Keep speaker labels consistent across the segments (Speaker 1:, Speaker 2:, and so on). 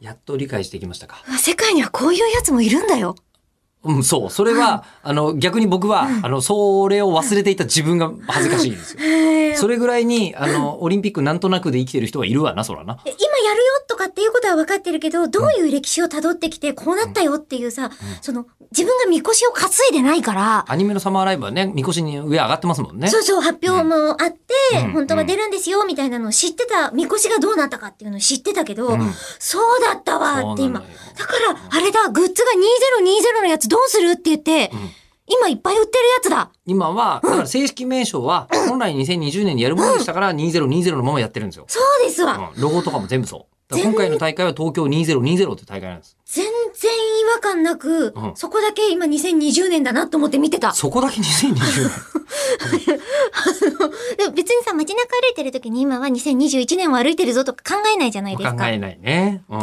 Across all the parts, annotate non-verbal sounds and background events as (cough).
Speaker 1: やっと理解してきましたか。
Speaker 2: あ世界にはこういうやつもいるんだよ。
Speaker 1: うん、そう。それ
Speaker 2: (laughs)
Speaker 1: は、あの、逆に僕は、あの、それを忘れていた自分が恥ずかしいんですよ。
Speaker 2: へえ。
Speaker 1: それぐらいに、あの、オリンピックなんとなくで生きてる人はいるわな、そらな。
Speaker 2: 今やるよとかっていうことは分かってるけど、どういう歴史を辿ってきて、こうなったよっていうさ、その、自分がみこしを担いでないから、
Speaker 1: アニメのサマーライブはね、みこしに上上がってますもんね。
Speaker 2: そうそう、発表もあって、
Speaker 1: うん
Speaker 2: 本当は出るんですよ、みたいなのを知ってた、みこしがどうなったかっていうのを知ってたけど、
Speaker 1: ん
Speaker 2: そうだったわって
Speaker 1: そうな
Speaker 2: 今。
Speaker 1: の
Speaker 2: だ
Speaker 1: よ
Speaker 2: から、あれだ、グッズが2020のやつどうするって言って、今いっぱい売ってるやつだ。
Speaker 1: 今は、だから正式名称は、本来2020年にやるものでしたから、2020のままやってるんですよ。
Speaker 2: そうですわ。
Speaker 1: うん、ロゴとかも全部そう。だから今回の大会は東京2020って大会なんです。
Speaker 2: 全然違和感なく、
Speaker 1: うん
Speaker 2: そこだけ今2020年だなと思って見てた。
Speaker 1: そこだけ2020年。
Speaker 2: でも別にさ、街中歩いてる時に今は2021年を歩いてるぞとか考えないじゃないです
Speaker 1: 考
Speaker 2: か。
Speaker 1: えないね。うん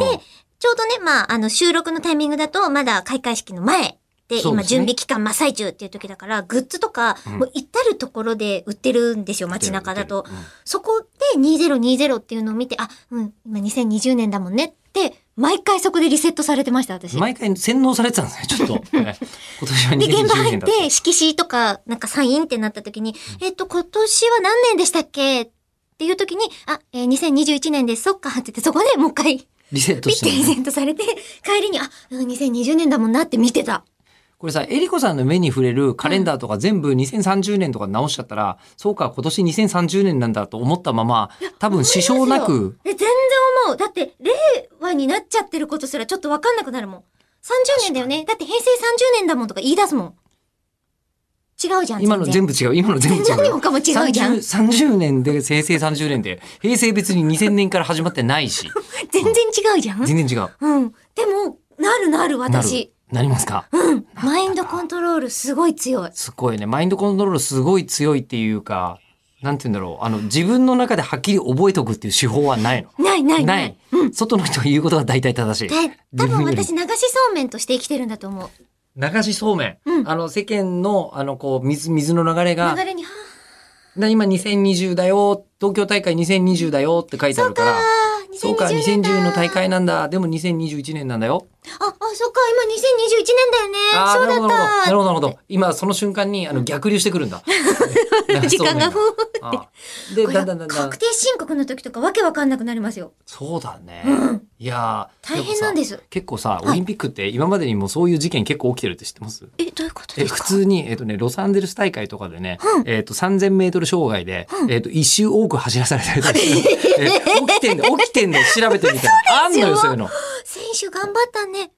Speaker 2: ちょうどね、まあ、あの、収録のタイミングだと、まだ開会式の前で、
Speaker 1: そう
Speaker 2: 今
Speaker 1: ですね
Speaker 2: 準備期間真っ最中っていう時だから、グッズとか、
Speaker 1: うん
Speaker 2: もう至るところで売ってるんですよ、街中だと。
Speaker 1: うん
Speaker 2: そこで2020っていうのを見て、あ、うん、今2020年だもんねって、毎回そこでリセットされてました、私。
Speaker 1: 毎回洗脳されてたんですね、ちょっと。
Speaker 2: (laughs)
Speaker 1: 今年は
Speaker 2: で、現場
Speaker 1: 2020
Speaker 2: 入
Speaker 1: 年
Speaker 2: っ
Speaker 1: だった
Speaker 2: て、。色紙とか、なんかサインってなった時に、えっと、今年は何年でしたっけっていう時に、あ、えー、2021年です、そっか、って言って、そこでもう一回、ピ
Speaker 1: リセットし
Speaker 2: ッて
Speaker 1: て
Speaker 2: リ
Speaker 1: る
Speaker 2: セ
Speaker 1: ね。
Speaker 2: ットされて、帰りに、あ、うん2020年だもんなって見てた。
Speaker 1: これさ、エリコさんの目に触れるカレンダーとか全部2030年とか直しちゃったら、そうか、今年2030年なんだと思ったまま、多分支障なく、
Speaker 2: え、全然思う。だって、令和になっちゃってることすらちょっとわかんなくなるもん。30年だよね。だって平成30年だもんとか言い出すもん。違うじゃん。
Speaker 1: 今の全部違う、今の全部違
Speaker 2: 何も
Speaker 1: う。
Speaker 2: かも違うじゃん。
Speaker 1: 30, 30年で、平成30年で、平成別に2000年から始まってないし、
Speaker 2: 全然違うじゃん。
Speaker 1: 全然違う。
Speaker 2: うん。でも、なるなる、
Speaker 1: なる
Speaker 2: 私。。
Speaker 1: なりますか
Speaker 2: うん。 (coughs) マインドコントロールすごい強い。
Speaker 1: すごいね。マインドコントロールすごい強いっていうか、なんて言うんだろう。あの、自分の中ではっきり覚えとくっていう手法はないの。
Speaker 2: ないないな
Speaker 1: ないい。。外の人が言うことが大体正しい。
Speaker 2: で、多分
Speaker 1: 自分より
Speaker 2: 私流しそうめんとして生きてるんだと思う。
Speaker 1: 流しそうめん。
Speaker 2: うん
Speaker 1: あの、世間の、あの、こう、水、水の流れが、
Speaker 2: 流れに、は
Speaker 1: な今2020だよ、東京大会2020だよって書いてあるから、
Speaker 2: あ、2020年だ。
Speaker 1: そうか、2010の大会なんだ。でも2021年なんだよ。
Speaker 2: あ、あ、そっか、今2021年だよね。
Speaker 1: ああ、
Speaker 2: そ
Speaker 1: なるほど、
Speaker 2: う
Speaker 1: な
Speaker 2: だった
Speaker 1: る。ほど、なるほど。今、その瞬間に、あの、逆流してくるん
Speaker 2: (laughs)
Speaker 1: だ。
Speaker 2: 時間がふーって
Speaker 1: ああで、
Speaker 2: これ
Speaker 1: だんだんだんだん
Speaker 2: 確。定申告の時とかわけわかんなくなりますよ。
Speaker 1: そうだね。
Speaker 2: うん
Speaker 1: いやー。
Speaker 2: 大変なんですす。
Speaker 1: 結構さ、
Speaker 2: い
Speaker 1: オリンピックって今までにもそういう事件結構起きてるって知ってます
Speaker 2: え、どういうこと
Speaker 1: え
Speaker 2: です
Speaker 1: 普
Speaker 2: か
Speaker 1: 通に、えっとね、ロサンゼルス大会とかでね、
Speaker 2: うん
Speaker 1: えっと3000メートル障害で、えっと一周多く走らされたりとか
Speaker 2: (laughs)
Speaker 1: して、え起きてんだ、起きてんだ、調べてみたら、あんのよ、そういうの。
Speaker 2: 選手頑張ったね。